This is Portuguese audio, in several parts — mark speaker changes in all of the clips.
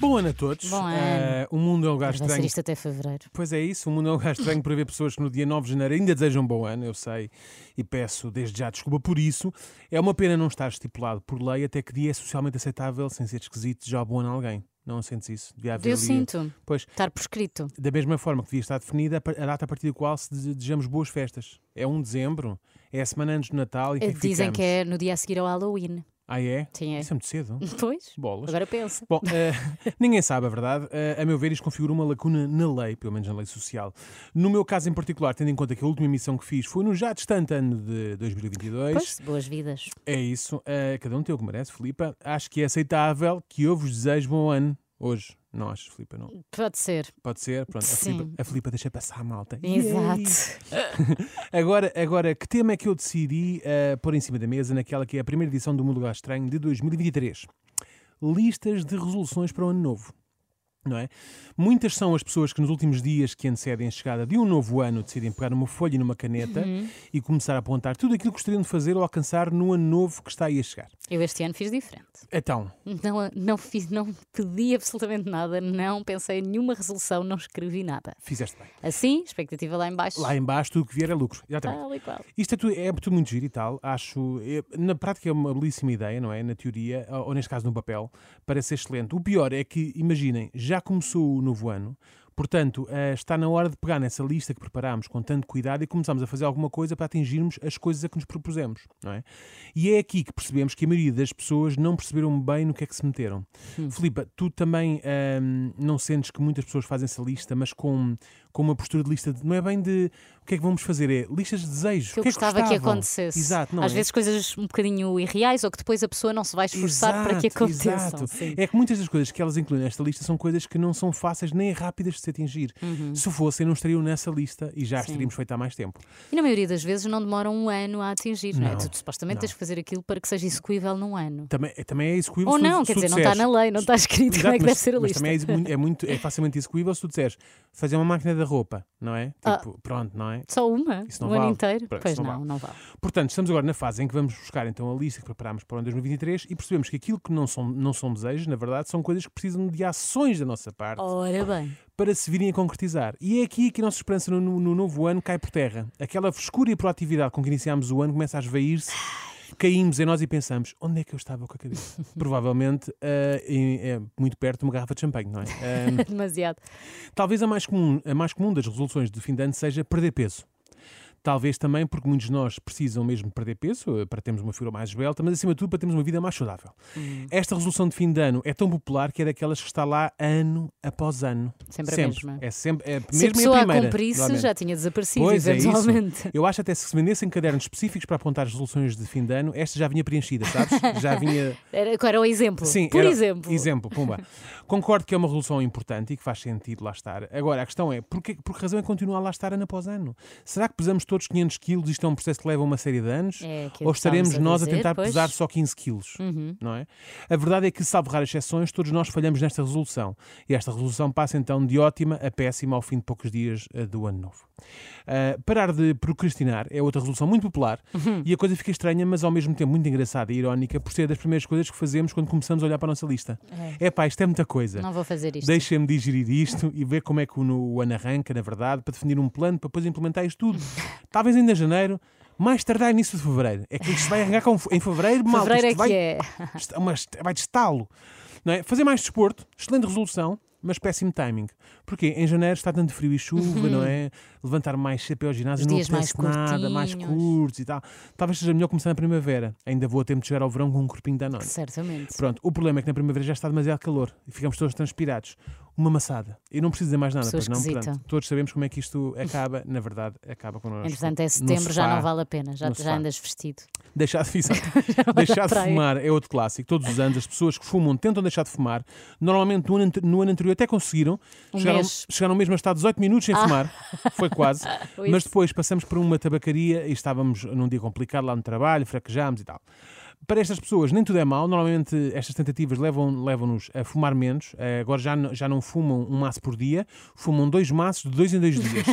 Speaker 1: Bom ano a todos.
Speaker 2: Bom ano.
Speaker 1: Eh, o mundo é um lugar
Speaker 2: Vai ser
Speaker 1: estranho.
Speaker 2: isto até fevereiro.
Speaker 1: Pois é isso, o mundo é um lugar estranho para ver pessoas que no dia 9 de janeiro ainda desejam bom ano, eu sei, e peço desde já desculpa por isso. É uma pena não estar estipulado por lei até que dia é socialmente aceitável, sem ser esquisito, já bom ano a alguém. Não sentes isso? Devia haver
Speaker 2: Eu
Speaker 1: ali-
Speaker 2: sinto.
Speaker 1: Pois,
Speaker 2: Estar prescrito.
Speaker 1: da mesma forma que devia estar definida a par- a data a partir da qual se dese- desejamos boas festas. É 1 de dezembro? É a semana antes do Natal? E o que é que
Speaker 2: Dizem
Speaker 1: ficamos?
Speaker 2: que é no dia a seguir ao Halloween.
Speaker 1: Ah, é?
Speaker 2: Sim, é.
Speaker 1: Isso é muito cedo.
Speaker 2: Pois?
Speaker 1: Bolas.
Speaker 2: Agora pensa.
Speaker 1: Bom, eh, ninguém sabe a verdade. Eh, a meu ver, isto configura uma lacuna na lei, pelo menos na lei social. No meu caso em particular, tendo em conta que a última emissão que fiz foi no já distante ano de 2022,
Speaker 2: Pois, boas vidas.
Speaker 1: é isso. Eh, cada um tem o que merece, Filipa. Acho que é aceitável que eu vos deseje bom ano hoje. Nós, Filipa, não.
Speaker 2: Pode ser.
Speaker 1: Pode ser? Pronto, a
Speaker 2: Sim.
Speaker 1: Filipa, a Filipa deixa passar a malta. Yay!
Speaker 2: Exato.
Speaker 1: Agora, agora, que tema é que eu decidi eh, pôr em cima da mesa naquela que é a primeira edição do Mundo Lugar Estranho de 2023? Listas de resoluções para o ano novo. Não é? Muitas são as pessoas que nos últimos dias que antecedem a chegada de um novo ano decidem pegar uma folha e numa caneta
Speaker 2: Uhum.
Speaker 1: e começar a apontar tudo aquilo que gostariam de fazer ou alcançar no ano novo que está aí a chegar.
Speaker 2: Eu este ano fiz diferente.
Speaker 1: Então,
Speaker 2: Não, não, fiz, não pedi absolutamente nada, não pensei em nenhuma resolução, não escrevi nada.
Speaker 1: fizeste bem.
Speaker 2: Assim, expectativa lá em baixo.
Speaker 1: Lá em baixo tudo o que vier é lucro. Exatamente.
Speaker 2: Tal e qual.
Speaker 1: Isto é tudo, é tudo muito giro e tal, acho. é- na prática é uma belíssima ideia, não é? Na teoria, ou, ou neste caso no papel, parece excelente. O pior é que, imaginem, já começou o novo ano, portanto, eh, está na hora de pegar nessa lista que preparámos com tanto cuidado e começarmos a fazer alguma coisa para atingirmos as coisas a que nos propusemos, não é? E é aqui que percebemos que a maioria das pessoas não perceberam bem no que é que se meteram. Filipa, tu também ahm, não sentes que muitas pessoas fazem essa lista, mas com, com uma postura de lista de. Não é bem de o que é que vamos fazer, é listas de desejos. o
Speaker 2: Que eu
Speaker 1: que é
Speaker 2: gostava que
Speaker 1: gostavam?
Speaker 2: acontecesse.
Speaker 1: Exato, não
Speaker 2: Às
Speaker 1: é?
Speaker 2: vezes coisas um bocadinho irreais ou que depois a pessoa não se vai esforçar para que
Speaker 1: Exato,
Speaker 2: aconteçam.
Speaker 1: exato.
Speaker 2: Sim.
Speaker 1: É que muitas das coisas que elas incluem nesta lista são coisas que não são fáceis nem rápidas de se atingir.
Speaker 2: Uhum.
Speaker 1: Se fossem, não estariam nessa lista e já as teríamos feito há mais tempo.
Speaker 2: E na maioria das vezes não demora um ano a atingir, não, é?
Speaker 1: Não,
Speaker 2: Tu supostamente
Speaker 1: não.
Speaker 2: tens que fazer aquilo para que seja execuível num ano.
Speaker 1: Também, também é execuível
Speaker 2: Ou
Speaker 1: se tu-
Speaker 2: não,
Speaker 1: se
Speaker 2: quer
Speaker 1: tu
Speaker 2: dizer, não está
Speaker 1: disseres-
Speaker 2: na lei, não está escrito como é que
Speaker 1: mas,
Speaker 2: deve ser a
Speaker 1: mas
Speaker 2: lista.
Speaker 1: também é, ex- muito- é, muito, é facilmente execuível se tu disseres fazer uma máquina da roupa, não é?
Speaker 2: Ah.
Speaker 1: Tipo, pronto, não é?
Speaker 2: Só uma?
Speaker 1: Isso não
Speaker 2: um
Speaker 1: vale.
Speaker 2: ano inteiro?
Speaker 1: Pronto,
Speaker 2: pois
Speaker 1: isso não
Speaker 2: não,
Speaker 1: vale.
Speaker 2: não vale.
Speaker 1: Portanto, estamos agora na fase em que vamos buscar então a lista que preparámos para o ano 2023 e percebemos que aquilo que não são, não são desejos, na verdade, são coisas que precisam de ações da nossa parte
Speaker 2: Ora bem.
Speaker 1: para se virem a concretizar. E é aqui que a nossa esperança no, no novo ano cai por terra. Aquela frescura e proatividade com que iniciámos o ano começa a esvair-se. Caímos em nós e pensamos, onde é que eu estava com a cabeça? Provavelmente ah, em- é muito perto de uma garrafa de champanhe, não é? Ah,
Speaker 2: Demasiado.
Speaker 1: Talvez a mais, comum, a mais comum das resoluções de fim de ano seja perder peso. Talvez também porque muitos de nós precisam mesmo perder peso eh, para termos uma figura mais esbelta, mas acima de tudo para termos uma vida mais saudável. Esta resolução de fim de ano é tão popular que é daquelas que está lá ano após ano.
Speaker 2: Sempre a mesma.
Speaker 1: É sempre, é,
Speaker 2: Se a
Speaker 1: mesmo é
Speaker 2: pessoa
Speaker 1: a primeira.
Speaker 2: cumprisse,
Speaker 1: normalmente.
Speaker 2: já tinha desaparecido,
Speaker 1: Pois é isso.
Speaker 2: eventualmente.
Speaker 1: Eu acho até se se vendessem cadernos específicos para apontar as resoluções de fim de ano, esta já vinha preenchida, sabes? Já vinha
Speaker 2: Era, qual era o exemplo?
Speaker 1: Sim,
Speaker 2: Por
Speaker 1: era-
Speaker 2: exemplo.
Speaker 1: Exemplo, pumba. Concordo que é uma resolução importante e que faz sentido lá estar. Agora, a questão é, por que por que razão é continuar lá estar ano após ano? Será que pesamos todos 500 quilos e isto é um processo que leva uma série de anos?
Speaker 2: É, aquilo que
Speaker 1: Ou estaremos
Speaker 2: estávamos a
Speaker 1: nós a
Speaker 2: dizer,
Speaker 1: tentar
Speaker 2: pois.
Speaker 1: pesar só 15 quilos? Não é? A verdade é que, salvo raras exceções, todos nós falhamos nesta resolução. E esta resolução passa então de ótima a péssima ao fim de poucos dias eh, do ano novo. Ah, parar de procrastinar é outra resolução muito popular e a coisa fica estranha, mas ao mesmo tempo muito engraçada e irónica por ser das primeiras coisas que fazemos quando começamos a olhar para a nossa lista. É pá, isto é muita coisa.
Speaker 2: Não vou fazer isto.
Speaker 1: Deixa-me digerir isto e ver como é que o no- o ano arranca, na verdade, para definir um plano para depois implementar isto tudo. Talvez ainda em janeiro, mais tardar início de fevereiro. É que isto vai arrancar com- em fevereiro, mal.
Speaker 2: Fevereiro é
Speaker 1: isto vai,
Speaker 2: que é.
Speaker 1: isto é uma- vai de estalo. Não é? Fazer mais desporto, excelente resolução, mas péssimo timing. Porque em janeiro está tanto frio e chuva, não é? Levantar mais cedo para ir ao ginásio,
Speaker 2: Uhum. Os
Speaker 1: não
Speaker 2: dias mais
Speaker 1: apetece nada, mais
Speaker 2: curtinhos.
Speaker 1: curtos e tal. Talvez seja melhor começar na primavera. Ainda vou a tempo de chegar ao verão com um corpinho da noite.
Speaker 2: Certamente.
Speaker 1: Pronto, o problema é que na primavera já está demasiado calor e ficamos todos transpirados. Uma maçada. Eu não preciso dizer mais nada,
Speaker 2: Pessoa
Speaker 1: pois não?
Speaker 2: esquisita.
Speaker 1: Portanto, todos sabemos como é que isto acaba. Na verdade, acaba connosco.
Speaker 2: Entretanto, é
Speaker 1: No
Speaker 2: setembro, já
Speaker 1: sofá.
Speaker 2: não vale a pena, já,
Speaker 1: No
Speaker 2: já
Speaker 1: sofá.
Speaker 2: andas vestido.
Speaker 1: Deixar de, exato. deixar de
Speaker 2: praia.
Speaker 1: fumar é outro clássico. Todos os anos as pessoas que fumam tentam deixar de fumar. Normalmente no ano, ante- no ano anterior até conseguiram.
Speaker 2: Um
Speaker 1: chegaram,
Speaker 2: mês. Ah.
Speaker 1: chegaram mesmo a estar 18 minutos sem fumar. Foi quase.
Speaker 2: Ui.
Speaker 1: Mas depois passamos por uma tabacaria e estávamos num dia complicado lá no trabalho, fraquejámos e tal. Para estas pessoas, nem tudo é mau. Normalmente, estas tentativas levam- levam-nos a fumar menos. Eh, Agora já, n- já não fumam um maço por dia, fumam dois maços de dois em dois dias.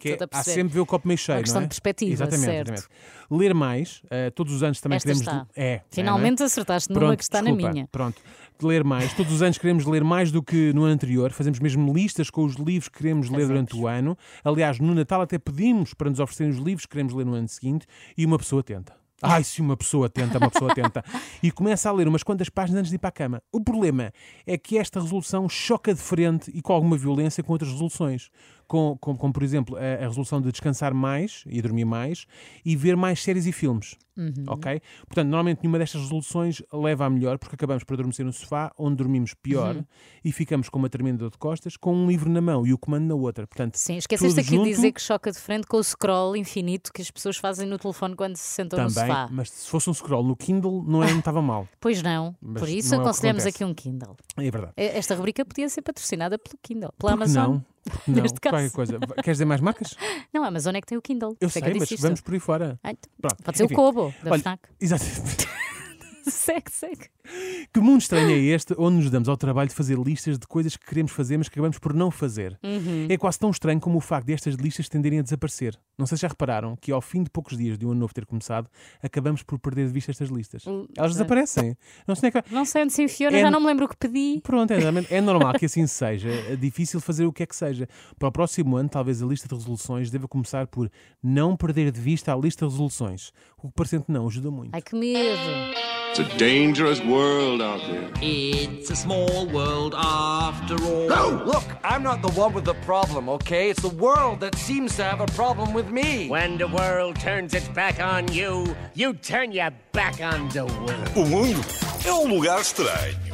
Speaker 1: que é-
Speaker 2: Estou a
Speaker 1: há
Speaker 2: perceber.
Speaker 1: sempre ver o copo meio cheio.
Speaker 2: Uma questão
Speaker 1: não é?
Speaker 2: de perspectiva,
Speaker 1: exatamente,
Speaker 2: certo.
Speaker 1: exatamente. Ler mais. eh, todos os anos também
Speaker 2: Esta
Speaker 1: queremos.
Speaker 2: está.
Speaker 1: É, é, não é?
Speaker 2: Finalmente acertaste numa que está
Speaker 1: desculpa,
Speaker 2: na minha.
Speaker 1: Pronto, de ler mais. Todos os anos queremos ler mais do que no ano anterior, fazemos mesmo listas com os livros que queremos ler durante o ano. Aliás, no Natal até pedimos para nos oferecerem os livros que queremos ler no ano seguinte e uma pessoa tenta. Ai, se uma pessoa tenta, uma pessoa tenta. E começa a ler umas quantas páginas antes de ir para a cama. O problema é que esta resolução choca de frente e com alguma violência com outras resoluções. Com, com, com, por exemplo, a, a resolução de descansar mais e dormir mais e ver mais séries e filmes.
Speaker 2: Uhum.
Speaker 1: Ok? Portanto, normalmente nenhuma destas resoluções leva a melhor, porque acabamos por adormecer no sofá, onde dormimos pior
Speaker 2: Uhum.
Speaker 1: e ficamos com uma tremenda dor de costas, com um livro na mão e o comando na outra. Portanto,
Speaker 2: Sim, esqueceste
Speaker 1: tudo
Speaker 2: aqui
Speaker 1: junto,
Speaker 2: de dizer que choca de frente com o scroll infinito que as pessoas fazem no telefone quando se sentam no
Speaker 1: também,
Speaker 2: sofá.
Speaker 1: mas se fosse um scroll no Kindle, não, é, não estava mal.
Speaker 2: Pois não,
Speaker 1: Mas
Speaker 2: por isso
Speaker 1: não é o que
Speaker 2: aconselhamos
Speaker 1: acontece.
Speaker 2: aqui um Kindle.
Speaker 1: É verdade.
Speaker 2: E- Esta rubrica podia ser patrocinada pelo Kindle, pela
Speaker 1: Porque
Speaker 2: Amazon.
Speaker 1: não? Porque não?
Speaker 2: Neste
Speaker 1: Qualquer
Speaker 2: caso.
Speaker 1: coisa. Queres dizer mais marcas?
Speaker 2: Não, a Amazon é que tem o Kindle.
Speaker 1: Eu
Speaker 2: Por isso é
Speaker 1: sei,
Speaker 2: que
Speaker 1: mas
Speaker 2: disse isto.
Speaker 1: vamos por aí fora.
Speaker 2: Ah, então,
Speaker 1: Pronto,
Speaker 2: Pode ser
Speaker 1: enfim.
Speaker 2: o Kobo, da
Speaker 1: Olha,
Speaker 2: FNAC.
Speaker 1: Exatamente.
Speaker 2: Segue, segue.
Speaker 1: Que mundo estranho é este onde nos damos ao trabalho de fazer listas de coisas que queremos fazer, mas que acabamos por não fazer? É quase tão estranho como o facto destas listas tenderem a desaparecer. Não sei se já repararam que, ao fim de poucos dias de um ano novo ter começado, acabamos por perder de vista estas listas. Elas desaparecem. Não sei nem que...
Speaker 2: Não sei onde se enfiou,
Speaker 1: É-
Speaker 2: já não me lembro o que pedi.
Speaker 1: Pronto, é, realmente- é normal que assim seja. É difícil fazer o que é que seja. Para o próximo ano, talvez a lista de resoluções deva começar por não perder de vista a lista de resoluções. O que parecendo que não ajuda muito.
Speaker 2: Ai que medo.
Speaker 3: It's a dangerous world out there.
Speaker 4: It's a small world after all.
Speaker 5: Look, I'm not the one with the problem, okay? It's the world that seems to have a problem with me.
Speaker 6: When the world turns its back on you, you turn your back on the world.
Speaker 7: O mundo é um lugar estranho.